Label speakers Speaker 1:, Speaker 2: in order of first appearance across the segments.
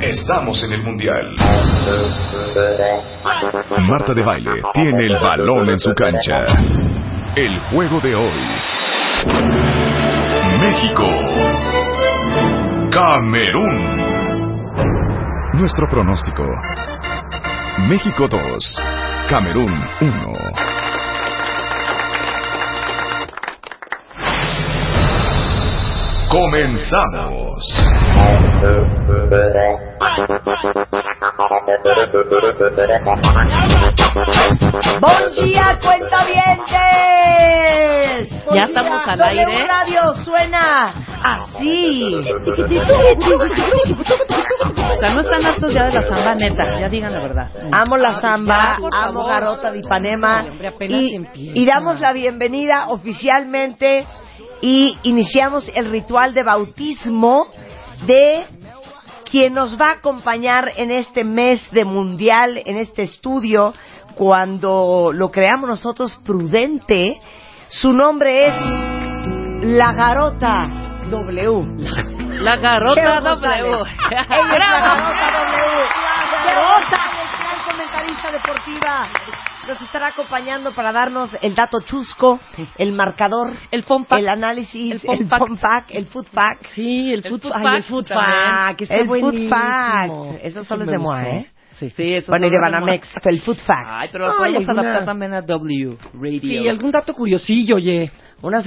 Speaker 1: estamos en el Mundial.
Speaker 2: Marta de Baile tiene el balón en su cancha. El juego de hoy. México. Camerún. Nuestro pronóstico. México 2. Camerún 1. Comenzamos.
Speaker 3: Bon día, cuentavientes. Bon
Speaker 4: Ya estamos
Speaker 3: día,
Speaker 4: al
Speaker 3: W
Speaker 4: aire.
Speaker 3: Radio suena así.
Speaker 4: O sea, no están hartos ya de la zamba neta, ya digan la verdad.
Speaker 3: Amo la samba,
Speaker 4: Ah, Ya, por
Speaker 3: amo
Speaker 4: favor.
Speaker 3: Garota de Ipanema
Speaker 4: Ay, hombre, apenas
Speaker 3: y,
Speaker 4: empieza.
Speaker 3: y damos la bienvenida oficialmente y iniciamos el ritual de bautismo de quien nos va a acompañar en este mes de mundial, en este estudio, cuando lo creamos nosotros prudente. Su nombre es La Garota W.
Speaker 4: La garota
Speaker 3: Cheo
Speaker 4: W.
Speaker 3: González. Ella es la Garota W. Garota, el gran comentarista deportiva. Nos estará acompañando para darnos el dato chusco, el marcador,
Speaker 4: El fun fact.
Speaker 3: el análisis, el
Speaker 4: El fun
Speaker 3: fun,
Speaker 4: fact.
Speaker 3: fact, el food fact.
Speaker 5: Sí, el,
Speaker 4: El
Speaker 5: food,
Speaker 4: food
Speaker 5: ay,
Speaker 4: fact
Speaker 5: el food
Speaker 4: también.
Speaker 5: fact, está
Speaker 3: El food
Speaker 5: buenísimo.
Speaker 3: fact. Eso
Speaker 5: Ese
Speaker 3: solo es
Speaker 5: me
Speaker 3: de Moa,
Speaker 5: gustó.
Speaker 3: ¿eh?
Speaker 5: Sí.
Speaker 4: Sí, eso
Speaker 3: Bueno, y
Speaker 4: son
Speaker 3: de
Speaker 4: los
Speaker 3: Banamex, el food fact.
Speaker 4: Ay, pero lo podemos
Speaker 3: Ay, una-
Speaker 4: adaptar también a W Radio.
Speaker 5: Sí, algún dato curiosillo, oye.
Speaker 3: Unas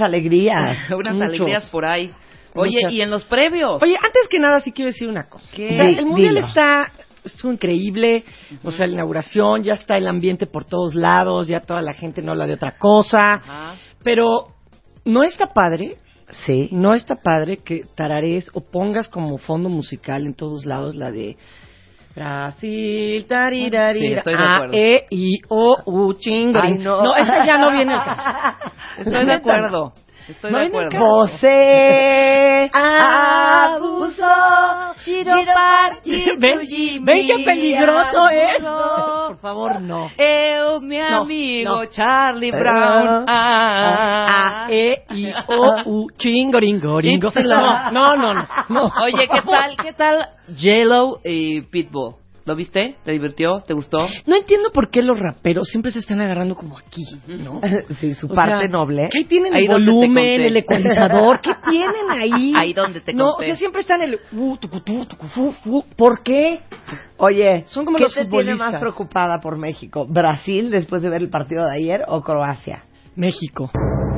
Speaker 3: alegrías.
Speaker 4: Unas
Speaker 5: Muchos.
Speaker 4: alegrías por ahí. Oye,
Speaker 5: Muchas.
Speaker 4: y en los previos.
Speaker 5: Oye, antes que nada sí quiero decir una cosa.
Speaker 4: ¿Qué?
Speaker 5: O sea,
Speaker 3: Di-
Speaker 5: el mundial
Speaker 3: dilo.
Speaker 5: está estuvo increíble, o sea, la inauguración, ya está el ambiente por todos lados, ya toda la gente no habla de otra cosa,
Speaker 4: Ajá.
Speaker 5: pero no está padre,
Speaker 3: Sí.
Speaker 5: no está padre que tararees o pongas como fondo musical en todos lados la de Brasil, tarirari,
Speaker 4: Sí, estoy de
Speaker 5: A,
Speaker 4: acuerdo.
Speaker 5: E, I, O, U, chingorín.
Speaker 3: Ay, no.
Speaker 5: no, esa ya no viene al caso.
Speaker 4: Estoy de
Speaker 5: neta,
Speaker 4: acuerdo. Estoy
Speaker 5: No
Speaker 4: de
Speaker 5: viene el
Speaker 4: acuerdo.
Speaker 3: José abusó,
Speaker 5: ¿Ven, ven qué peligroso es? Por favor, no.
Speaker 4: Eu, Eh, mi
Speaker 5: No,
Speaker 4: amigo
Speaker 5: no.
Speaker 4: Charlie
Speaker 3: Pero-
Speaker 4: Brown.
Speaker 5: A,
Speaker 4: Ah,
Speaker 5: E, I, O, U, chingoringoringo. No, no, no, no. no.
Speaker 4: Oye, ¿qué tal? ¿Qué tal Yellow y Pitbull? ¿Lo viste? ¿Te divirtió? ¿Te gustó?
Speaker 5: No entiendo por qué los raperos siempre se están agarrando como aquí, ¿no?
Speaker 3: Sí, su
Speaker 5: O sea,
Speaker 3: parte noble.
Speaker 5: ¿Qué tienen
Speaker 4: Ahí
Speaker 5: el
Speaker 4: donde te
Speaker 5: volumen,
Speaker 4: conté.
Speaker 5: el ecualizador? ¿Qué tienen ahí?
Speaker 4: Ahí donde te
Speaker 5: No, o
Speaker 4: conté.
Speaker 5: sea, siempre están el... Uh, tucutú, tucufú, fu. ¿Por qué?
Speaker 3: Oye,
Speaker 5: Son como
Speaker 3: ¿qué
Speaker 5: los
Speaker 3: te tiene
Speaker 5: futbolistas.
Speaker 3: más preocupada por México? ¿Brasil después de ver el partido de ayer o Croacia?
Speaker 5: México.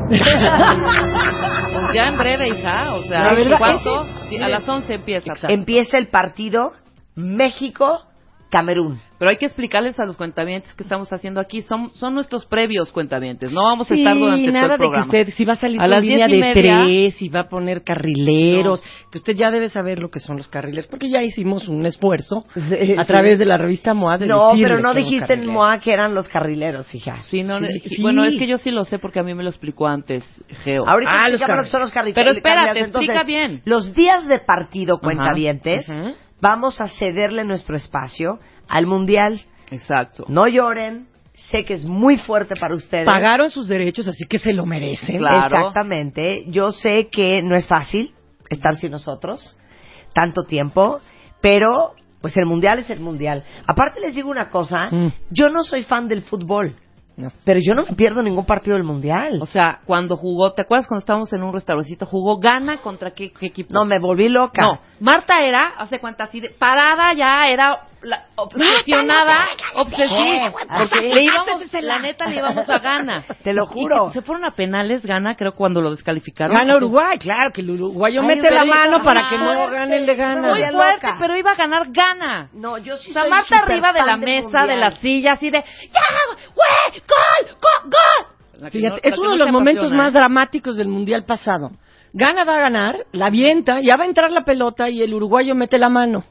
Speaker 4: Pues ya en breve, hija. O sea,
Speaker 5: La verdad,
Speaker 4: ¿cuánto?
Speaker 5: ese-
Speaker 4: Sí, A las 11 empieza.
Speaker 5: Em-
Speaker 3: Empieza el partido México-Camerún.
Speaker 4: Pero hay que explicarles a los cuentamientos que estamos haciendo aquí. Son, son nuestros previos cuentamientos. No vamos a estar durante todo
Speaker 5: nada
Speaker 4: el programa.
Speaker 5: de que usted si va a salir
Speaker 4: A
Speaker 5: con
Speaker 4: las
Speaker 5: línea
Speaker 4: diez y
Speaker 5: de
Speaker 4: media.
Speaker 5: tres y va a poner carrileros, que usted ya debe saber lo que son los carrileros, porque ya hicimos un esfuerzo
Speaker 3: Sí,
Speaker 5: a
Speaker 3: sí.
Speaker 5: través de la revista MOA de
Speaker 3: No,
Speaker 5: decirle
Speaker 3: pero no
Speaker 5: que son
Speaker 3: dijiste en
Speaker 5: carrileros.
Speaker 3: Moa que eran los carrileros, hija.
Speaker 4: Sí, no,
Speaker 5: Sí,
Speaker 4: sí,
Speaker 5: sí.
Speaker 4: Bueno, es que yo sí lo sé porque a mí me lo explicó antes, Geo.
Speaker 3: Ahorita
Speaker 5: Ah, los
Speaker 3: explicamos lo
Speaker 5: carrileros.
Speaker 3: que son los carrileros.
Speaker 4: Pero espérate,
Speaker 3: carrileros. Entonces,
Speaker 4: explica bien.
Speaker 3: Los días de partido, cuentavientes,
Speaker 5: ujú.
Speaker 3: vamos a cederle nuestro espacio al Mundial.
Speaker 4: Exacto.
Speaker 3: No lloren. Sé que es muy fuerte para ustedes.
Speaker 5: Pagaron sus derechos, así que se lo merecen.
Speaker 4: Claro.
Speaker 3: Exactamente. Yo sé que no es fácil estar sin nosotros tanto tiempo, pero pues el mundial es el mundial. Aparte les digo una cosa,
Speaker 5: Mm.
Speaker 3: yo no soy fan del fútbol,
Speaker 5: No.
Speaker 3: pero yo no me pierdo ningún partido del mundial.
Speaker 4: O sea, cuando jugó, ¿te acuerdas cuando estábamos en un restaurancito? Jugó Gana contra qué, qué equipo?
Speaker 3: no, me volví loca.
Speaker 4: No, Marta era, hace cuántas así, de- parada ya, era la- obsesionada, obsesiva,
Speaker 3: Sí,
Speaker 4: porque
Speaker 3: sí.
Speaker 4: le íbamos, la neta le íbamos a Gana.
Speaker 3: Te lo
Speaker 4: Y
Speaker 3: juro.
Speaker 4: que se fueron a penales Gana, creo cuando lo descalificaron.
Speaker 5: Gana Uruguay, claro, que el uruguayo
Speaker 3: Ay,
Speaker 5: mete
Speaker 3: pero
Speaker 5: la
Speaker 3: dijo,
Speaker 5: mano para
Speaker 4: ah,
Speaker 5: que no gane el de
Speaker 3: pero
Speaker 5: gana.
Speaker 4: Muy
Speaker 3: María
Speaker 4: fuerte,
Speaker 3: loca.
Speaker 4: pero iba a ganar Gana.
Speaker 3: No, yo sí
Speaker 4: O sea,
Speaker 3: soy
Speaker 4: Marta
Speaker 3: súper
Speaker 4: arriba de
Speaker 3: fan
Speaker 4: la
Speaker 3: del
Speaker 4: mesa, de
Speaker 3: mundial.
Speaker 4: la silla, así de ¡Ya! ¡Güey! ¡Gol! ¡Gol! ¡Gol! La que no-
Speaker 5: Fíjate,
Speaker 4: la
Speaker 5: es
Speaker 4: que
Speaker 5: uno
Speaker 4: no
Speaker 5: de
Speaker 4: se
Speaker 5: los momentos
Speaker 4: apasiona,
Speaker 5: más
Speaker 4: ¿eh?
Speaker 5: dramáticos del mundial pasado. Gana va a ganar, la avienta, ya va a entrar la pelota y el uruguayo mete la mano.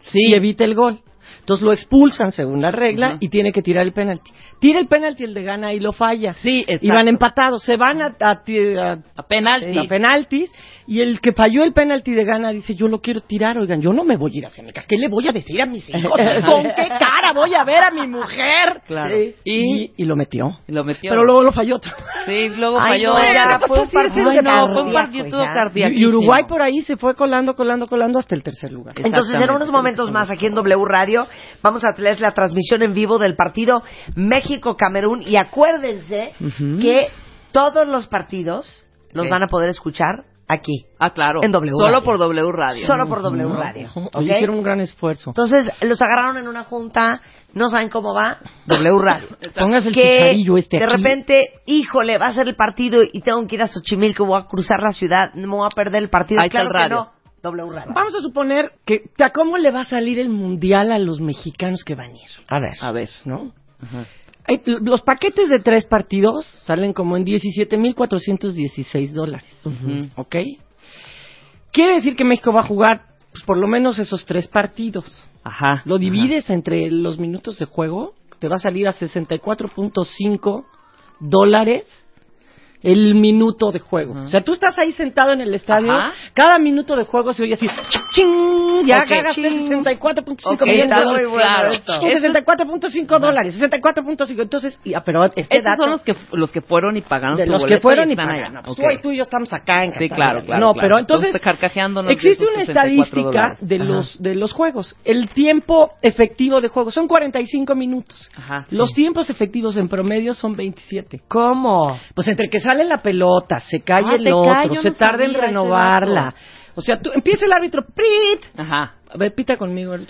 Speaker 4: Sí.
Speaker 5: y evita el gol. Entonces lo expulsan según la regla
Speaker 4: Ujú.
Speaker 5: y tiene que tirar el penalti. Tira el penalti el de gana y lo falla.
Speaker 4: Sí,
Speaker 5: Y van
Speaker 4: exacto.
Speaker 5: empatados, se van a, a ti- a-
Speaker 4: A penalti.
Speaker 5: a penaltis y el que falló el penalti de gana dice, yo lo quiero tirar, oigan, yo no me voy a ir hacia mi casa, ¿qué le voy a decir a mis hijos? ¿Con qué cara voy a ver a mi mujer?
Speaker 4: Claro.
Speaker 5: Sí. Y,
Speaker 4: Y-
Speaker 5: y lo metió.
Speaker 4: Y Lo metió.
Speaker 5: Pero luego lo falló otro.
Speaker 4: Sí, luego
Speaker 3: Ay,
Speaker 4: falló.
Speaker 3: no,
Speaker 4: Lo que
Speaker 3: ya,
Speaker 4: pasa
Speaker 3: fue
Speaker 5: pues
Speaker 3: un
Speaker 4: Este sí es
Speaker 3: partido
Speaker 4: que no, fue un
Speaker 3: cardíaco,
Speaker 4: partido
Speaker 3: ya.
Speaker 5: Y,
Speaker 4: cardíaco.
Speaker 5: y Uruguay por ahí se fue colando, colando, colando hasta el tercer lugar.
Speaker 3: Entonces, en unos momentos más aquí en W Radio vamos a tener la transmisión en vivo del partido México-Camerún y acuérdense
Speaker 5: Ujú.
Speaker 3: que todos los partidos los
Speaker 4: Ok.
Speaker 3: van a poder escuchar aquí,
Speaker 4: Ah, claro.
Speaker 3: En W
Speaker 4: Solo
Speaker 3: Radio.
Speaker 4: por W Radio.
Speaker 3: solo por W Radio.
Speaker 5: Ujú.
Speaker 3: ¿ok?
Speaker 5: Hicieron un gran esfuerzo.
Speaker 3: Entonces, los agarraron en una junta, no saben cómo va, W Radio.
Speaker 5: Póngase el
Speaker 3: que
Speaker 5: chicharrillo este
Speaker 3: de
Speaker 5: aquí.
Speaker 3: repente, híjole, va a ser el partido y tengo que ir a Xochimilco, voy a cruzar la ciudad, no me voy a perder el partido.
Speaker 4: Ahí está
Speaker 3: claro
Speaker 4: el radio.
Speaker 3: que no, W Radio.
Speaker 5: Vamos a suponer que ¿a cómo le va a salir el mundial a los mexicanos que van a ir. A ver.
Speaker 4: A ver.
Speaker 5: ¿No?
Speaker 4: Ajá.
Speaker 5: Ay, l- Los paquetes de tres partidos salen como en 17.416 dólares.
Speaker 4: Ujú.
Speaker 5: ¿Ok? Quiere decir que México va a jugar pues, por lo menos esos tres partidos.
Speaker 4: Ajá.
Speaker 5: Lo divides entre los minutos de juego, te va a salir a 64.5 dólares el minuto de juego.
Speaker 4: Ajá.
Speaker 5: O sea, tú estás ahí sentado en el estadio,
Speaker 4: Ajá.
Speaker 5: cada minuto de juego se oye así, ching, ya
Speaker 4: Ok.
Speaker 5: ganaste 64.5
Speaker 4: Ok,
Speaker 5: millones de
Speaker 4: está
Speaker 5: dólares.
Speaker 4: muy bueno Claro. esto.
Speaker 5: Son 64.5 dólares, 64.5, entonces, y, ah, pero este
Speaker 4: Estos
Speaker 5: dato
Speaker 4: son los que, los que fueron y pagaron
Speaker 5: de
Speaker 4: su
Speaker 5: los
Speaker 4: boleto
Speaker 5: que fueron y
Speaker 4: están allá.
Speaker 5: pagaron. No, pues
Speaker 4: Ok.
Speaker 5: tú, y tú y yo estamos acá en
Speaker 4: Sí,
Speaker 5: Qatar.
Speaker 4: claro, claro,
Speaker 5: No,
Speaker 4: claro.
Speaker 5: pero entonces
Speaker 4: Entonces, carcajeándonos de
Speaker 5: existe
Speaker 4: esos
Speaker 5: una
Speaker 4: 64
Speaker 5: estadística de
Speaker 4: dólares.
Speaker 5: los de los juegos. El tiempo efectivo de juego son 45 minutos.
Speaker 4: Ajá, sí.
Speaker 5: Los tiempos efectivos en promedio son 27.
Speaker 3: ¿Cómo?
Speaker 5: Pues entre que sale la pelota, se cae
Speaker 4: Ah,
Speaker 5: el
Speaker 4: te cae,
Speaker 5: otro,
Speaker 4: yo
Speaker 5: se
Speaker 4: no
Speaker 5: tarda en
Speaker 4: sabía ese
Speaker 5: renovarla.
Speaker 4: dato.
Speaker 5: O sea, tú empieza el árbitro, ¡prit!
Speaker 4: Ajá.
Speaker 5: A ver, pita conmigo. el-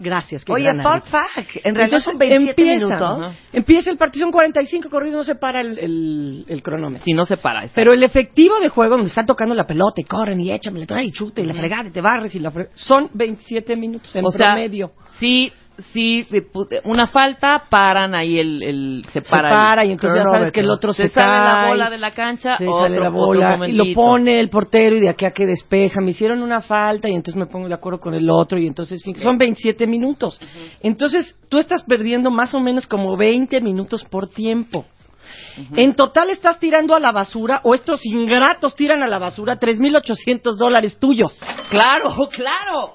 Speaker 5: Gracias, qué
Speaker 3: Oye,
Speaker 5: gran
Speaker 3: por
Speaker 5: árbitro.
Speaker 3: fact, en realidad
Speaker 5: Entonces,
Speaker 3: son 27
Speaker 5: empieza,
Speaker 3: minutos.
Speaker 5: ajá. Empieza el partido, son 45 corridos, no se para el, el, el cronómetro.
Speaker 4: Si no se para. exacto.
Speaker 5: Pero el efectivo de juego, donde están tocando la pelota y corren y echan, la traen y chuta y la fregada y te barres y la fre- Son 27 minutos en
Speaker 4: o sea,
Speaker 5: promedio.
Speaker 4: Sí, sí, se pu- una falta, paran ahí el... el se
Speaker 5: Se
Speaker 4: para, el-
Speaker 5: para y entonces ya sabes que el otro se,
Speaker 4: se sale la
Speaker 5: cae,
Speaker 4: bola de la cancha,
Speaker 5: se
Speaker 4: otro-
Speaker 5: sale la
Speaker 4: otro
Speaker 5: bola y
Speaker 4: momentito.
Speaker 5: lo pone el portero y de aquí a que despeja. Me hicieron una falta y entonces me pongo de acuerdo con el otro y entonces fin- son 27 minutos. Entonces tú estás perdiendo más o menos como 20 minutos por tiempo. En total estás tirando a la basura, o estos ingratos tiran a la basura 3.800 dólares tuyos.
Speaker 4: ¡Claro, claro!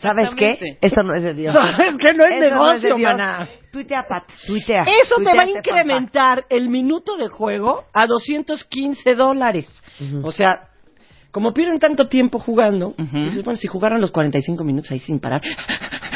Speaker 3: ¿Sabes qué?
Speaker 4: Exactamente.
Speaker 3: Eso no es de Dios.
Speaker 5: ¿Sabes que no es
Speaker 3: Eso no es de
Speaker 5: negocio,
Speaker 3: Dios.
Speaker 5: maná?
Speaker 3: Tuitea, Pat, tuitea.
Speaker 5: Eso te va a
Speaker 3: Tuiteate,
Speaker 5: incrementar el minuto de juego a 215 dólares. O sea, como pierden tanto tiempo jugando,
Speaker 4: Ujú.
Speaker 5: dices, bueno, si jugaran los 45 minutos ahí sin parar,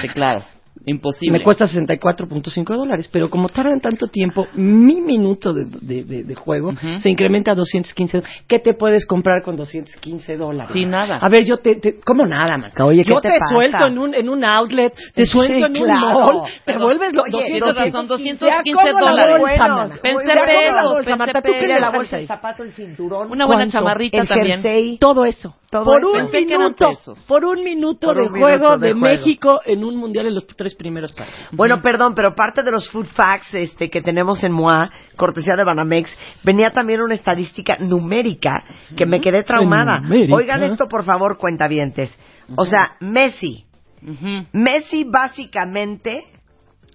Speaker 4: Sí, claro. Imposible.
Speaker 5: me cuesta 64.5 dólares. Pero como tardan tanto tiempo, mi minuto de, de- de- de juego
Speaker 4: Ujú.
Speaker 5: se incrementa a 215 dólares. ¿Qué te puedes comprar con 215 dólares?
Speaker 4: Sí, nada.
Speaker 5: A ver, yo te... te- ¿Cómo nada, Marca?
Speaker 3: Oye, ¿qué
Speaker 5: yo
Speaker 3: te
Speaker 5: te,
Speaker 3: pasa?
Speaker 5: suelto en un, en un outlet, te
Speaker 3: Sí,
Speaker 5: suelto en un
Speaker 3: claro.
Speaker 5: mall, te
Speaker 4: Perdón.
Speaker 5: vuelves... lo-
Speaker 3: Oye,
Speaker 4: Tienes
Speaker 5: 215
Speaker 4: razón,
Speaker 5: ya
Speaker 4: 215
Speaker 5: como la
Speaker 4: dólares.
Speaker 5: bolsa,
Speaker 3: Buenos.
Speaker 5: mana.
Speaker 4: Pensé
Speaker 5: Ya como la
Speaker 4: pesos,
Speaker 5: bolsa,
Speaker 4: pensé
Speaker 5: Marta, ¿tú qué
Speaker 4: pesos.
Speaker 5: le
Speaker 3: La
Speaker 5: sacas
Speaker 3: bolsa,
Speaker 5: ahí?
Speaker 3: el zapato, el cinturón.
Speaker 4: Una buena
Speaker 5: ¿Cuánto?
Speaker 4: chamarrita
Speaker 3: el
Speaker 4: también.
Speaker 3: jersey.
Speaker 5: Todo eso.
Speaker 3: Todo
Speaker 5: por,
Speaker 3: eso.
Speaker 5: un
Speaker 4: Pensé que eran
Speaker 5: minuto,
Speaker 4: pesos.
Speaker 5: por un minuto
Speaker 3: Por
Speaker 5: de
Speaker 3: un minuto
Speaker 5: juego
Speaker 3: de
Speaker 5: de,
Speaker 3: juego.
Speaker 5: México en un mundial en los tres primeros partidos.
Speaker 3: Bueno, perdón, pero parte de los food facts este, que tenemos en MOA, cortesía de Banamex, venía también una estadística numérica que me quedé traumada.
Speaker 5: Numérica.
Speaker 3: Oigan esto, por favor, cuentavientes. O sea, Messi.
Speaker 4: Ujú.
Speaker 3: Messi básicamente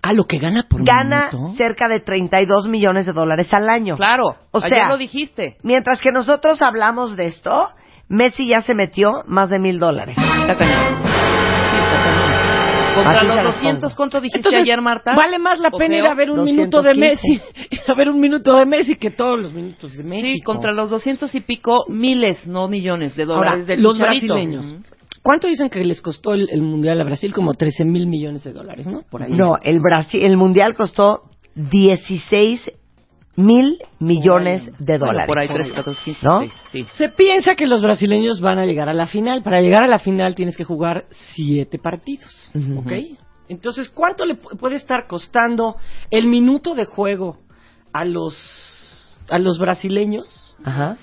Speaker 5: Ah, lo que gana por
Speaker 3: gana
Speaker 5: minuto.
Speaker 3: cerca de 32 millones de dólares al año.
Speaker 4: Claro.
Speaker 3: O
Speaker 4: ayer
Speaker 3: sea,
Speaker 4: lo dijiste.
Speaker 3: Mientras que nosotros hablamos de esto, Messi ya se metió más de mil dólares.
Speaker 4: Está cañón. Sí, está cañón. Contra
Speaker 3: Así se
Speaker 4: los
Speaker 3: las
Speaker 4: 200,
Speaker 3: pongo.
Speaker 4: ¿cuánto dijiste
Speaker 5: Entonces,
Speaker 4: ayer, Marta?
Speaker 5: vale más la
Speaker 4: ¿O
Speaker 5: pena ir
Speaker 4: peor?
Speaker 5: a ver un minuto de
Speaker 3: 215.
Speaker 5: Messi, ir a ver un minuto de Messi que todos los minutos de México.
Speaker 4: Sí, contra los 200 y pico, miles, no millones de
Speaker 5: Ahora,
Speaker 4: dólares del
Speaker 5: los
Speaker 4: Chicharito.
Speaker 5: brasileños.
Speaker 4: Ujú.
Speaker 5: ¿Cuánto dicen que les costó el, el mundial a Brasil? Como 13 mil millones de dólares, ¿no? Por ahí.
Speaker 3: No, el Brasil, el mundial costó 16 mil millones de
Speaker 4: Bueno,
Speaker 3: dólares.
Speaker 4: por ahí, 3, 14, 15,
Speaker 3: ¿No?
Speaker 4: 16, sí.
Speaker 5: Se piensa que los brasileños van a llegar a la final. Para llegar a la final tienes que jugar siete partidos,
Speaker 3: Ujú.
Speaker 5: ¿ok? Entonces, ¿cuánto le pu- puede estar costando el minuto de juego a los a los brasileños?
Speaker 3: Ajá.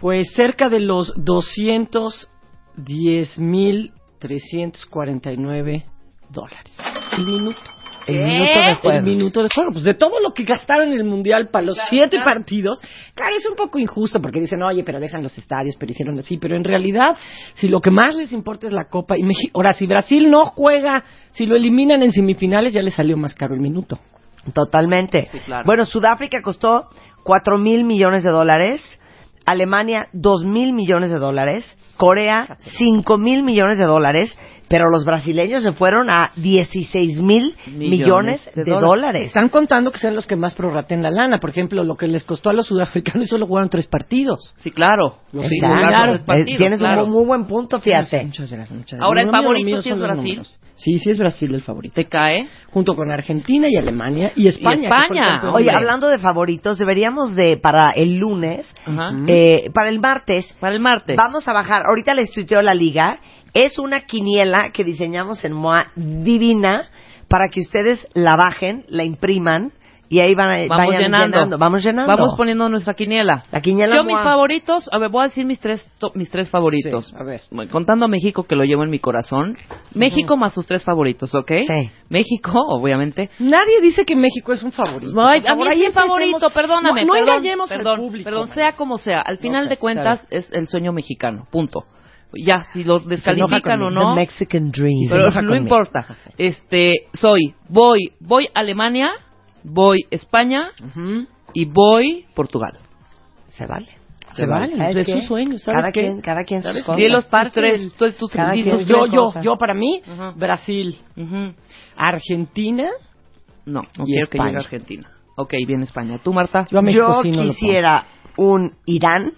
Speaker 5: Pues cerca de los 210.349 dólares el minuto. El minuto de juego. El minuto de juego. Pues de todo lo que gastaron en el Mundial para los siete partidos, claro, es un poco injusto porque dicen, oye, pero dejan los estadios, pero hicieron así. Pero en realidad, si lo que más les importa es la Copa, y México, ahora, si Brasil no juega, si lo eliminan en semifinales, ya les salió más caro el minuto.
Speaker 3: Totalmente. Bueno, Sudáfrica costó 4 mil millones de dólares, Alemania 2 mil millones de dólares, Corea 5 mil millones de dólares, pero los brasileños se fueron a 16 mil millones, de, dólares.
Speaker 5: Están contando que sean los que más prorraten la lana. Por ejemplo, lo que les costó a los sudafricanos solo jugaron tres partidos.
Speaker 4: Sí, claro. Los
Speaker 3: Exacto.
Speaker 4: claro.
Speaker 3: Eh, Tienes un muy buen punto, fíjate.
Speaker 5: Muchas gracias. muchas gracias.
Speaker 4: Ahora, el
Speaker 5: Lo mío, lo
Speaker 4: favorito
Speaker 5: mío
Speaker 4: sí
Speaker 5: son
Speaker 4: es
Speaker 5: los
Speaker 4: Brasil.
Speaker 5: números. Sí, sí es Brasil el favorito.
Speaker 4: ¿Te cae?
Speaker 5: Junto con Argentina y Alemania y España. que fue el
Speaker 4: España.
Speaker 5: campeón
Speaker 3: Oye,
Speaker 5: mundial.
Speaker 3: hablando de favoritos, deberíamos de, para el lunes,
Speaker 4: Ajá.
Speaker 3: eh, para el martes,
Speaker 4: Para el martes.
Speaker 3: Vamos a bajar. Ahorita les tuiteo la liga. Es una quiniela que diseñamos en MOA divina para que ustedes la bajen, la impriman y ahí van a,
Speaker 4: Vamos
Speaker 3: vayan
Speaker 4: llenando.
Speaker 3: Vamos llenando.
Speaker 4: Vamos poniendo nuestra quiniela.
Speaker 3: La quiniela
Speaker 4: Yo
Speaker 3: Moa.
Speaker 4: mis favoritos, a ver, voy a decir mis tres, to- mis tres favoritos.
Speaker 5: Sí, a ver.
Speaker 4: Bueno, Contando a México, que lo llevo en mi corazón. México más sus tres favoritos, ¿ok?
Speaker 3: Sí.
Speaker 4: México, obviamente.
Speaker 5: Nadie dice que México es un favorito.
Speaker 4: No,
Speaker 5: Por
Speaker 4: a mí
Speaker 5: favor,
Speaker 4: es
Speaker 5: ahí
Speaker 4: mi
Speaker 5: empecemos.
Speaker 4: favorito, perdóname.
Speaker 5: No, no
Speaker 4: perdón,
Speaker 5: engañemos
Speaker 4: perdón,
Speaker 5: al público.
Speaker 4: Perdón,
Speaker 5: man.
Speaker 4: sea como sea. Al final
Speaker 5: Ok,
Speaker 4: de cuentas,
Speaker 5: está
Speaker 4: es el sueño mexicano, punto. Ya, si lo
Speaker 5: Se enoja
Speaker 4: descalifican o
Speaker 5: conmigo.
Speaker 4: no,
Speaker 5: The Mexican Dream.
Speaker 4: pero no importa. Este, soy, voy, voy a Alemania, voy España
Speaker 5: Ujú.
Speaker 4: y voy Portugal.
Speaker 3: Se vale.
Speaker 5: Se vale,
Speaker 3: ¿Sabes
Speaker 5: es
Speaker 3: qué?
Speaker 5: su sueño, ¿sabes
Speaker 3: cada
Speaker 5: qué?
Speaker 3: Quien, cada quien sus
Speaker 5: ¿Sabes
Speaker 3: cosas.
Speaker 5: qué?
Speaker 4: Sí, los
Speaker 5: Parte
Speaker 4: tres,
Speaker 5: del-
Speaker 4: tú- tú-
Speaker 3: cada
Speaker 4: y
Speaker 3: quien
Speaker 4: tus
Speaker 3: su
Speaker 5: Yo,
Speaker 4: tres
Speaker 5: yo,
Speaker 4: cosas.
Speaker 5: yo para mí,
Speaker 4: Ajá.
Speaker 5: Brasil,
Speaker 4: Ujú.
Speaker 5: Argentina.
Speaker 4: No, no
Speaker 5: Y
Speaker 4: quiero que llegue
Speaker 5: España.
Speaker 4: a Argentina. Ok, bien España. ¿Tú, Marta?
Speaker 5: Yo a México
Speaker 3: Yo
Speaker 5: sí no lo
Speaker 3: quisiera un Irán.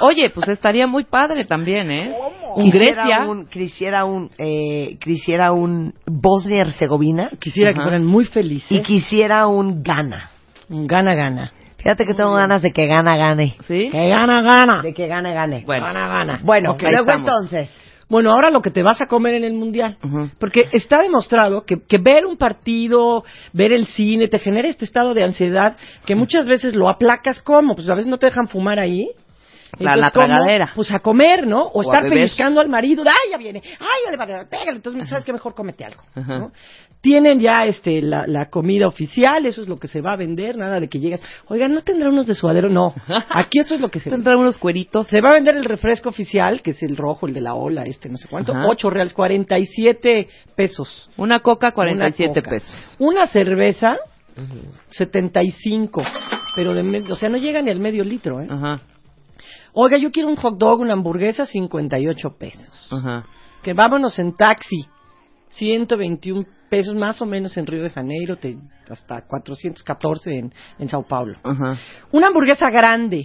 Speaker 4: Oye, pues estaría muy padre también, ¿eh? Un
Speaker 3: Quisiera
Speaker 4: Grecia.
Speaker 3: Un, quisiera un, eh, quisiera un Bosnia-Herzegovina
Speaker 5: pongo. Quisiera que
Speaker 4: Ajá.
Speaker 5: fueran muy
Speaker 3: y
Speaker 5: felices.
Speaker 3: quisiera un Ghana.
Speaker 5: Gana, gana.
Speaker 3: Fíjate que tengo ganas de que Ghana gane.
Speaker 4: ¿Sí?
Speaker 5: Que gana, gana.
Speaker 3: De que Ghana gane.
Speaker 4: Bueno.
Speaker 5: Gana, gana.
Speaker 3: Bueno,
Speaker 4: Ok,
Speaker 3: luego
Speaker 4: estamos.
Speaker 3: entonces.
Speaker 5: Bueno, ahora lo que te vas a comer en el mundial.
Speaker 4: Ujú.
Speaker 5: Porque está demostrado que, que ver un partido, ver el cine, te genera este estado de ansiedad que muchas veces lo aplacas como, pues a veces no te dejan fumar ahí.
Speaker 4: La-
Speaker 5: Entonces,
Speaker 4: la
Speaker 5: ¿cómo?
Speaker 4: tragadera.
Speaker 5: Pues a comer, ¿no? O,
Speaker 4: O a
Speaker 5: estar
Speaker 4: beber.
Speaker 5: pellizcando al marido, de, ay, ya viene, ay, ya le va a dar, pégale, entonces sabes que mejor cómete algo.
Speaker 4: Ajá.
Speaker 5: ¿no? Tienen ya este la, la comida oficial, eso es lo que se va a vender, nada de que llegas, oigan, ¿no tendrá unos de suadero? No, aquí esto es lo que se vende.
Speaker 4: Tendrá unos cueritos.
Speaker 5: Se va a vender el refresco oficial, que es el rojo, el de la ola, este no sé cuánto,
Speaker 4: Ajá.
Speaker 5: 8 reales, 47 pesos.
Speaker 4: Una coca,
Speaker 5: Una
Speaker 4: 47
Speaker 5: coca.
Speaker 4: pesos.
Speaker 5: Una cerveza, 75, pero de, me- o sea, no llega ni al medio litro, ¿eh?
Speaker 4: Ajá,
Speaker 5: Oiga, yo quiero un hot dog, una hamburguesa, 58 pesos.
Speaker 4: ajá.
Speaker 5: Que vámonos en taxi, 121 pesos más o menos en Río de Janeiro, te- hasta 414 en, en Sao Paulo.
Speaker 4: Ajá.
Speaker 5: Una hamburguesa grande,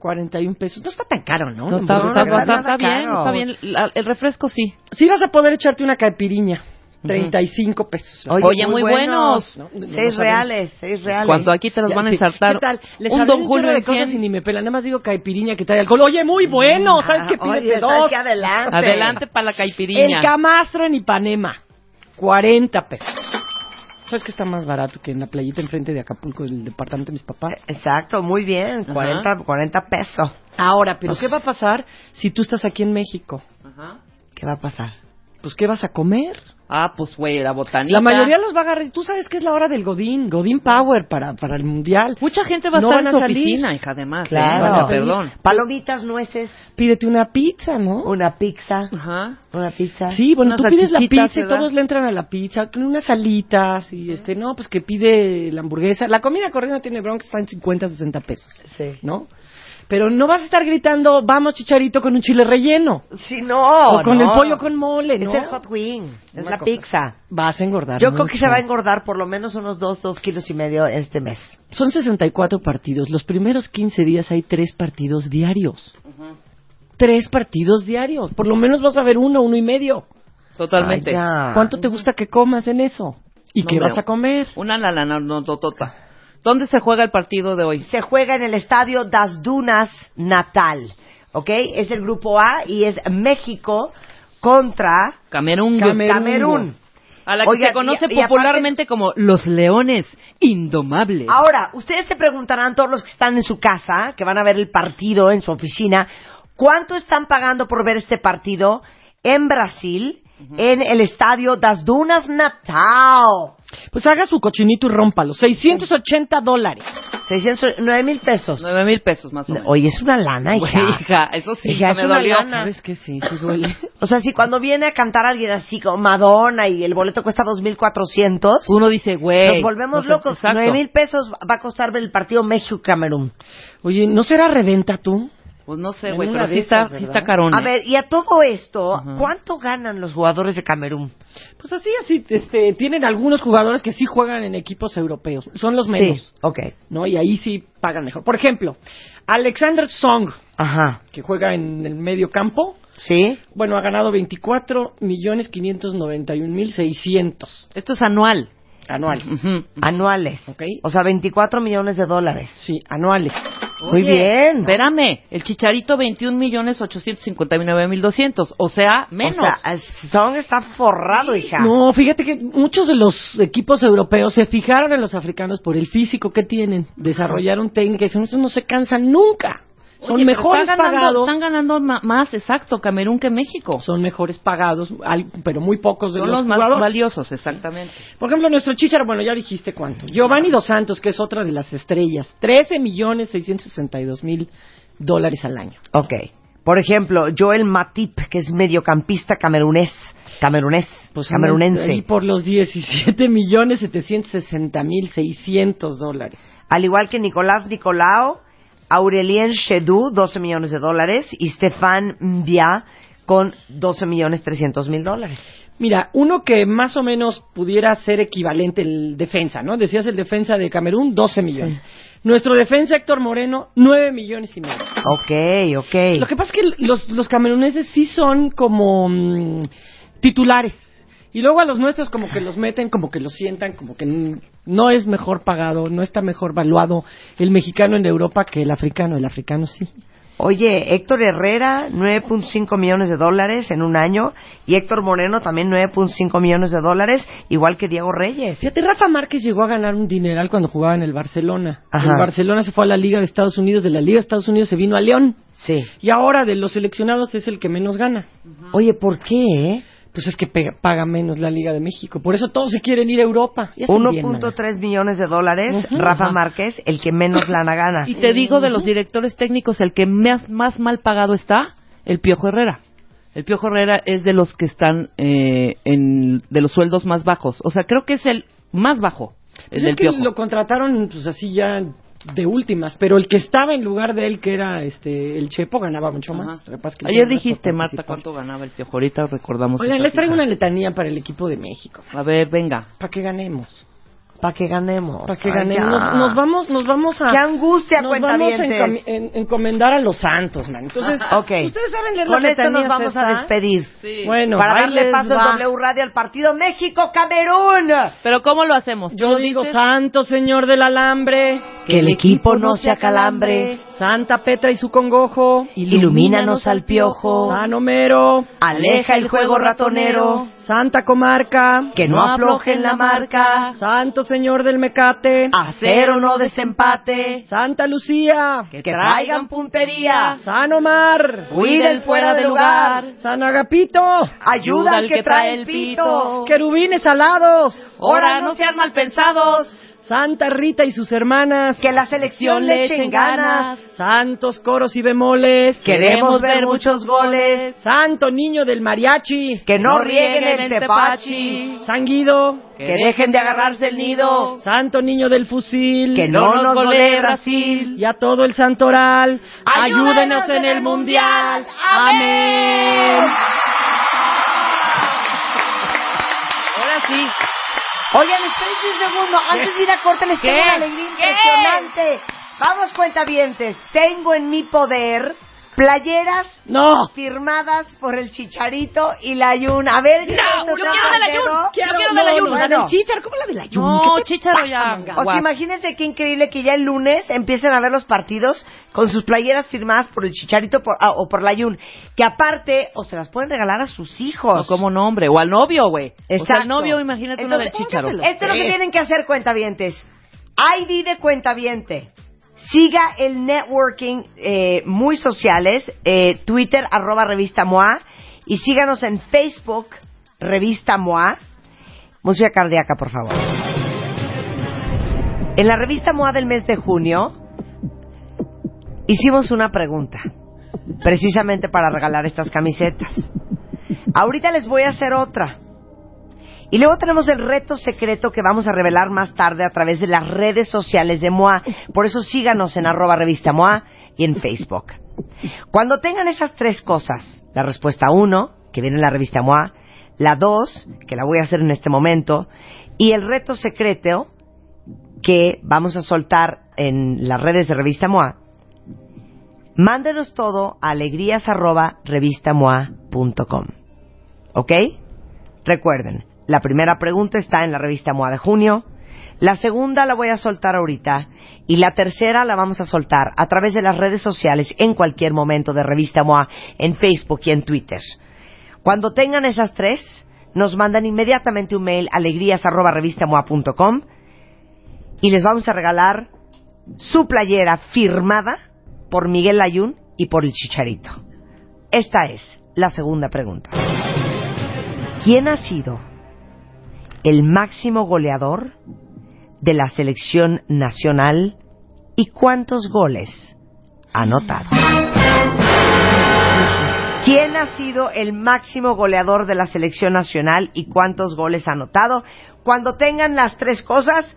Speaker 5: 41 pesos. No está tan caro, ¿no?
Speaker 4: No,
Speaker 5: Una
Speaker 4: está,
Speaker 5: hamburguesa
Speaker 4: está-
Speaker 3: no,
Speaker 4: está-
Speaker 3: nada
Speaker 4: está bien,
Speaker 3: caro.
Speaker 4: está bien. La- el refresco sí.
Speaker 5: Sí vas a poder echarte una caipiriña, 35 pesos.
Speaker 4: Oye, muy buenos.
Speaker 5: No, no, no
Speaker 3: seis
Speaker 5: sabemos.
Speaker 3: reales, seis reales.
Speaker 4: Cuando aquí te los
Speaker 5: Ya,
Speaker 4: van a
Speaker 5: sí.
Speaker 4: ensartar.
Speaker 5: ¿Qué tal? Les
Speaker 4: un
Speaker 5: hablé
Speaker 4: Don
Speaker 5: un
Speaker 4: Julio
Speaker 5: chorro
Speaker 4: en
Speaker 5: de cosas
Speaker 4: 100.
Speaker 5: y ni me pelan. Nada más digo caipiriña que trae alcohol. Oye, muy
Speaker 4: Ah,
Speaker 5: bueno. ¿Sabes qué pides
Speaker 3: Oye,
Speaker 5: de
Speaker 3: ¿sabes
Speaker 5: dos?
Speaker 3: qué? adelante.
Speaker 4: Adelante para la caipirinha.
Speaker 5: El camastro en Ipanema, 40 pesos. ¿Sabes que está más barato que en la playita enfrente de Acapulco, del departamento de mis papás?
Speaker 3: Eh, Exacto, muy bien.
Speaker 4: Ajá.
Speaker 3: 40, 40 pesos.
Speaker 5: Ahora, ¿pero qué va a pasar si tú estás aquí en México?
Speaker 4: Ajá.
Speaker 3: ¿Qué va a pasar?
Speaker 5: Pues, ¿qué vas a comer?
Speaker 4: Ah, pues güey, la botanita.
Speaker 5: La mayoría los va a agarrar. Tú sabes que es la hora del Godín, Godín Power para, para el Mundial.
Speaker 4: Mucha gente va a
Speaker 5: No
Speaker 4: estar
Speaker 5: van
Speaker 4: en
Speaker 5: a
Speaker 4: su
Speaker 5: salir.
Speaker 4: oficina, hija, además. ¿eh?
Speaker 3: Claro.
Speaker 4: O sea, perdón.
Speaker 3: Palomitas, nueces,
Speaker 5: Pídete una pizza, ¿no?
Speaker 3: una pizza,
Speaker 4: Ajá.
Speaker 3: una pizza.
Speaker 5: Sí, pues, bueno,
Speaker 4: Unas
Speaker 5: tú pides la
Speaker 4: salchichitas,
Speaker 5: pizza y
Speaker 4: ¿verdad?
Speaker 5: todos le entran a la pizza, con unas alitas y este, no, pues que pide la hamburguesa. La comida corriente no tiene bronca, está en 50, 60 pesos,
Speaker 3: Sí.
Speaker 5: ¿no? Pero no vas a estar gritando, vamos chicharito con un chile relleno.
Speaker 3: Sí, no.
Speaker 5: o con
Speaker 3: no.
Speaker 5: el pollo con mole, ¿no?
Speaker 3: Es el hot wing, es
Speaker 5: Una
Speaker 3: la
Speaker 5: cosa.
Speaker 3: pizza.
Speaker 5: Vas a engordar.
Speaker 3: Yo creo que
Speaker 5: mucho.
Speaker 3: se va a engordar por lo menos unos 2, 2 kilos y medio este mes.
Speaker 5: Son 64 partidos. Los primeros 15 días hay tres partidos diarios. Tres partidos diarios. Por lo menos vas a ver uno, uno y medio.
Speaker 4: Totalmente.
Speaker 3: Ay, ya.
Speaker 5: Este, ¿Cuánto te gusta que comas en eso? ¿Y
Speaker 4: Ah. No,
Speaker 5: qué vas
Speaker 4: hombre.
Speaker 5: a comer?
Speaker 4: Una la la- no, no, totota. ¿Dónde se juega el partido de hoy?
Speaker 3: se juega en el estadio Das Dunas Natal. ¿Ok? Es el grupo A y es México contra
Speaker 4: Camerún.
Speaker 5: Camerún.
Speaker 3: Camerún.
Speaker 4: A la que
Speaker 3: Oiga,
Speaker 4: se conoce
Speaker 3: y- y aparte-
Speaker 4: popularmente como los leones indomables.
Speaker 3: Ahora, ustedes se preguntarán, todos los que están en su casa, que van a ver el partido en su oficina, ¿cuánto están pagando por ver este partido en Brasil? en el estadio Das Dunas Natal.
Speaker 5: Pues haga su cochinito y rómpalo. 680 dólares.
Speaker 3: 600, 9 mil pesos.
Speaker 4: Nueve mil pesos más o menos.
Speaker 3: Oye, es una lana, hija.
Speaker 4: Güey, hija, eso sí,
Speaker 3: Hija, es
Speaker 4: me
Speaker 3: una
Speaker 4: dolió.
Speaker 3: lana.
Speaker 5: ¿Sabes qué? Sí, sí duele.
Speaker 3: O sea, si cuando viene a cantar alguien así como Madonna y el boleto cuesta 2.400,
Speaker 4: Uno dice, güey.
Speaker 3: nos volvemos
Speaker 4: no sé,
Speaker 3: locos.
Speaker 4: exacto.
Speaker 3: 9 mil pesos va a costar el partido México-Camerún.
Speaker 5: Oye, ¿no será reventa tú?
Speaker 4: Pues no sé,
Speaker 5: En
Speaker 4: güey,
Speaker 5: una
Speaker 4: pero
Speaker 5: de
Speaker 4: sí está,
Speaker 5: esas,
Speaker 4: sí
Speaker 5: ¿verdad?
Speaker 4: está carón.
Speaker 3: A ver, y a todo esto,
Speaker 4: Ajá.
Speaker 3: ¿cuánto ganan los jugadores de Camerún?
Speaker 5: Pues así, así, este, tienen algunos jugadores que sí juegan en equipos europeos. Son los menos,
Speaker 3: Sí, ok.
Speaker 5: ¿no? Y ahí sí pagan mejor. Por ejemplo, Alexander Song,
Speaker 3: Ajá.
Speaker 5: que juega en el medio campo,
Speaker 3: ¿Sí?
Speaker 5: bueno, ha ganado 24 millones 591 mil 600
Speaker 4: Esto es anual.
Speaker 5: anuales.
Speaker 4: Ujú.
Speaker 3: Anuales.
Speaker 5: Ok.
Speaker 3: O sea, 24 millones de dólares.
Speaker 5: Sí, anuales.
Speaker 3: Muy
Speaker 4: Oye,
Speaker 3: bien.
Speaker 4: Espérame, el chicharito 21 millones 859 mil 200, o sea, menos.
Speaker 3: O sea, Son está forrado, hija.
Speaker 5: No, fíjate que muchos de los equipos europeos se fijaron en los africanos por el físico que tienen, desarrollaron técnicas, dijeron, "Estos no se cansan nunca,
Speaker 4: Oye,
Speaker 5: son
Speaker 4: pero
Speaker 5: mejores
Speaker 4: están ganando,
Speaker 5: pagados,
Speaker 4: Están ganando ma- más, exacto, Camerún que México.
Speaker 5: son mejores pagados, al- pero muy pocos de
Speaker 4: Son
Speaker 5: los,
Speaker 4: los más
Speaker 5: jugadores.
Speaker 4: valiosos, exactamente.
Speaker 5: Por ejemplo, nuestro Chicharo, bueno, ya dijiste cuánto. Giovanni Dos Santos, que es otra de las estrellas, 13 millones 662 mil dólares al año.
Speaker 3: Ok. Por ejemplo, Joel Matip, que es mediocampista camerunés. Camerunés. Pues camerunense.
Speaker 5: Y por los 17 millones 760 mil 600 dólares.
Speaker 3: Al igual que Nicolás Nicolao, Aurelien Chedú, 12 millones de dólares, y Stefan Mbia con 12 millones 300 mil dólares.
Speaker 5: Mira, uno que más o menos pudiera ser equivalente el defensa, ¿no? Decías el defensa de Camerún, 12 millones. Nuestro defensa Héctor Moreno, 9 millones y medio.
Speaker 3: Ok, ok.
Speaker 5: Lo que pasa es que los, los cameruneses sí son como mm, titulares. Y luego a los nuestros como que los meten, como que los sientan, como que n- no es mejor pagado, no está mejor valuado el mexicano en Europa que el africano. El africano sí.
Speaker 3: Oye, Héctor Herrera, 9.5 millones de dólares en un año, y Héctor Moreno también 9.5 millones de dólares, igual que Diego Reyes.
Speaker 5: Fíjate, Rafa Márquez llegó a ganar un dineral cuando jugaba en el Barcelona.
Speaker 3: Ajá.
Speaker 5: El Barcelona se fue a la Liga de Estados Unidos, de la Liga de Estados Unidos se vino a León.
Speaker 3: Sí.
Speaker 5: Y ahora de los seleccionados es el que menos gana.
Speaker 3: Oye, ¿por qué? eh?
Speaker 5: Pues es que pe- paga menos la Liga de México. Por eso todos se quieren ir a Europa. Ya hacen bien, mana.
Speaker 3: 1.3 millones de dólares,
Speaker 5: Ujú.
Speaker 3: Rafa
Speaker 5: Ajá.
Speaker 3: Márquez, el que menos lana gana.
Speaker 4: Y te digo de los directores técnicos, el que más, más mal pagado está, el Piojo Herrera. El Piojo Herrera es de los que están eh, en, de los sueldos más bajos. O sea, creo que es el más bajo.
Speaker 5: Pues
Speaker 4: El del
Speaker 5: es que
Speaker 4: Piojo.
Speaker 5: lo contrataron pues así ya de últimas, pero el que estaba en lugar de él, que era este el Chepo, ganaba mucho más.
Speaker 4: Ajá.
Speaker 5: Capaz que el
Speaker 4: Ayer
Speaker 5: Chepo era
Speaker 4: dijiste,
Speaker 5: por
Speaker 4: Marta,
Speaker 5: participar.
Speaker 4: cuánto ganaba el Piojo. Ahorita recordamos.
Speaker 5: Oigan,
Speaker 4: esa
Speaker 5: les traigo
Speaker 4: cifra.
Speaker 5: una letanía para el equipo de México,
Speaker 4: A ver, venga.
Speaker 5: para que ganemos.
Speaker 3: Para que ganemos.
Speaker 5: Para que
Speaker 3: Pues Ay,
Speaker 5: ganemos.
Speaker 3: ya.
Speaker 5: Nos, nos vamos, nos vamos a.
Speaker 3: Qué angustia,
Speaker 5: Nos vamos a
Speaker 3: cuentavientes.
Speaker 5: encomi- en- encomendar a los santos, man. Entonces,
Speaker 3: Ok.
Speaker 5: ustedes saben leer
Speaker 3: Con
Speaker 5: las
Speaker 3: esto nos
Speaker 5: letanías
Speaker 3: vamos a
Speaker 5: esas?
Speaker 3: despedir.
Speaker 5: Bueno,
Speaker 3: Para
Speaker 5: ahí
Speaker 3: darle
Speaker 5: les
Speaker 3: paso
Speaker 5: va.
Speaker 3: en W Radio al partido México-Camerún.
Speaker 4: Pero ¿cómo lo hacemos? ¿Tú
Speaker 5: Yo
Speaker 4: nos
Speaker 5: digo,
Speaker 4: dices?
Speaker 5: Santo Señor del Alambre,
Speaker 3: Que el equipo no se acalambre.
Speaker 5: Santa Petra y su congojo,
Speaker 3: Ilumínanos al piojo.
Speaker 5: San Homero,
Speaker 3: Aleja el juego ratonero.
Speaker 5: Santa Comarca,
Speaker 3: Que no aflojen la marca.
Speaker 5: Santo Señor del Mecate,
Speaker 3: Ah. Acero no desempate.
Speaker 5: Santa Lucía,
Speaker 3: Que traigan puntería.
Speaker 5: San Omar,
Speaker 3: Cuida el fuera de lugar.
Speaker 5: San Agapito,
Speaker 3: Ayuda al que trae el pito.
Speaker 5: querubines alados,
Speaker 3: Ahora no sean mal pensados.
Speaker 5: Santa Rita y sus hermanas,
Speaker 3: Que la selección le echen ganas.
Speaker 5: santos coros y bemoles,
Speaker 3: Queremos ver muchos goles.
Speaker 5: Santo Niño del Mariachi,
Speaker 3: Que no rieguen el tepachi.
Speaker 5: San Guido,
Speaker 3: Que dejen de agarrarse el nido.
Speaker 5: Santo Niño del Fusil,
Speaker 3: Que no nos golee Brasil.
Speaker 5: y a todo el santoral,
Speaker 3: Ayúdenos en el Mundial.
Speaker 5: Amén.
Speaker 4: Ahora sí.
Speaker 3: Oigan, espérense un segundo. Antes de ir a corte les tengo
Speaker 4: ¿Qué?
Speaker 3: una alegría
Speaker 4: ¿Qué?
Speaker 3: impresionante. Vamos, cuentavientes. Tengo en mi poder playeras
Speaker 5: No.
Speaker 3: firmadas por el Chicharito y la Ayun. A ver,
Speaker 4: No, yo
Speaker 3: ¿quién
Speaker 4: quiero de la Jun.
Speaker 3: tocaba el
Speaker 4: Quiero,
Speaker 5: No,
Speaker 4: quiero de la
Speaker 5: no,
Speaker 4: Jun.
Speaker 5: no, la
Speaker 3: Bueno.
Speaker 5: del Chicharo, ¿cómo la de la Jun?
Speaker 4: No,
Speaker 5: ¿Qué te
Speaker 4: Chicharo
Speaker 5: pasa,
Speaker 4: ya.
Speaker 5: manga?
Speaker 3: dedo? O sea, imagínense qué increíble que ya el lunes empiecen a ver los partidos con sus playeras firmadas por el Chicharito por- ah, o por la Ayun. Que aparte, o se las pueden regalar a sus hijos.
Speaker 4: No, como nombre. O al novio, güey. O sea,
Speaker 3: Exacto.
Speaker 4: al novio, imagínate una del
Speaker 3: Entonces,
Speaker 4: chicharo.
Speaker 3: Esto es lo que tienen que hacer cuentavientes. ID de cuentaviente. Siga el networking eh, muy sociales, eh, Twitter, arroba revista MOA, y síganos en Facebook revista MOA. Música cardíaca, por favor. En la revista MOA del mes de junio hicimos una pregunta, precisamente para regalar estas camisetas. Ahorita les voy a hacer otra. Y luego tenemos el reto secreto que vamos a revelar más tarde a través de las redes sociales de MOA. Por eso síganos en arroba revista MOA y en Facebook. Cuando tengan esas tres cosas, la respuesta uno, que viene en la revista MOA, la dos, que la voy a hacer en este momento, y el reto secreto que vamos a soltar en las redes de revista MOA, mándenos todo a alegrías arroba revistamoa.com. ¿Ok? Recuerden, la primera pregunta está en la revista MOA de junio. La segunda la voy a soltar ahorita y la tercera la vamos a soltar a través de las redes sociales en cualquier momento de Revista MOA, en Facebook y en Twitter. Cuando tengan esas tres, nos mandan inmediatamente un mail alegrías.revistamoa.com y les vamos a regalar su playera firmada por Miguel Ayun y por el Chicharito. Esta es la segunda pregunta. ¿Quién ha sido el máximo goleador de la selección nacional y cuántos goles anotado. ¿Quién ha sido el máximo goleador de la selección nacional y cuántos goles ha anotado? Cuando tengan las tres cosas,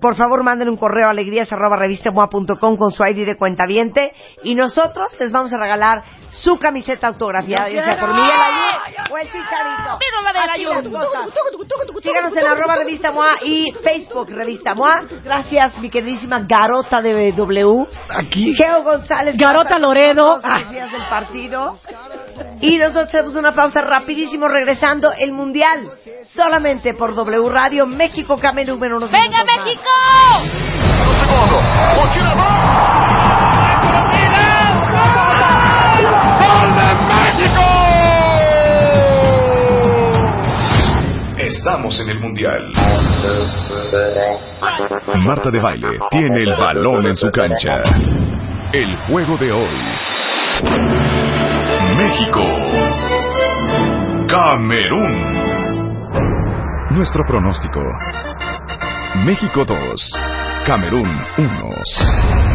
Speaker 3: por favor manden un correo a alegrías.revistamoa.com con su ID de cuentaviente y nosotros les vamos a regalar su camiseta autografiada, ya sea por Miguel Ayun o el Chicharito.
Speaker 1: Pido la del
Speaker 3: Así
Speaker 1: Ayun.
Speaker 3: las cosas. Síganos en arroba revista MOA y Facebook revista MOA. Gracias, mi queridísima Garota de W.
Speaker 5: Aquí.
Speaker 3: Geo González.
Speaker 5: Garota Loredo.
Speaker 3: Todos los días del partido. Y nosotros hacemos una pausa rapidísimo regresando el Mundial. Solamente por W Radio México Came número uno.
Speaker 1: ¡Venga México!
Speaker 2: Estamos en el Mundial. Marta de Baile tiene el balón en su cancha. El juego de hoy. México. Camerún. Nuestro pronóstico. México 2. Camerún 1.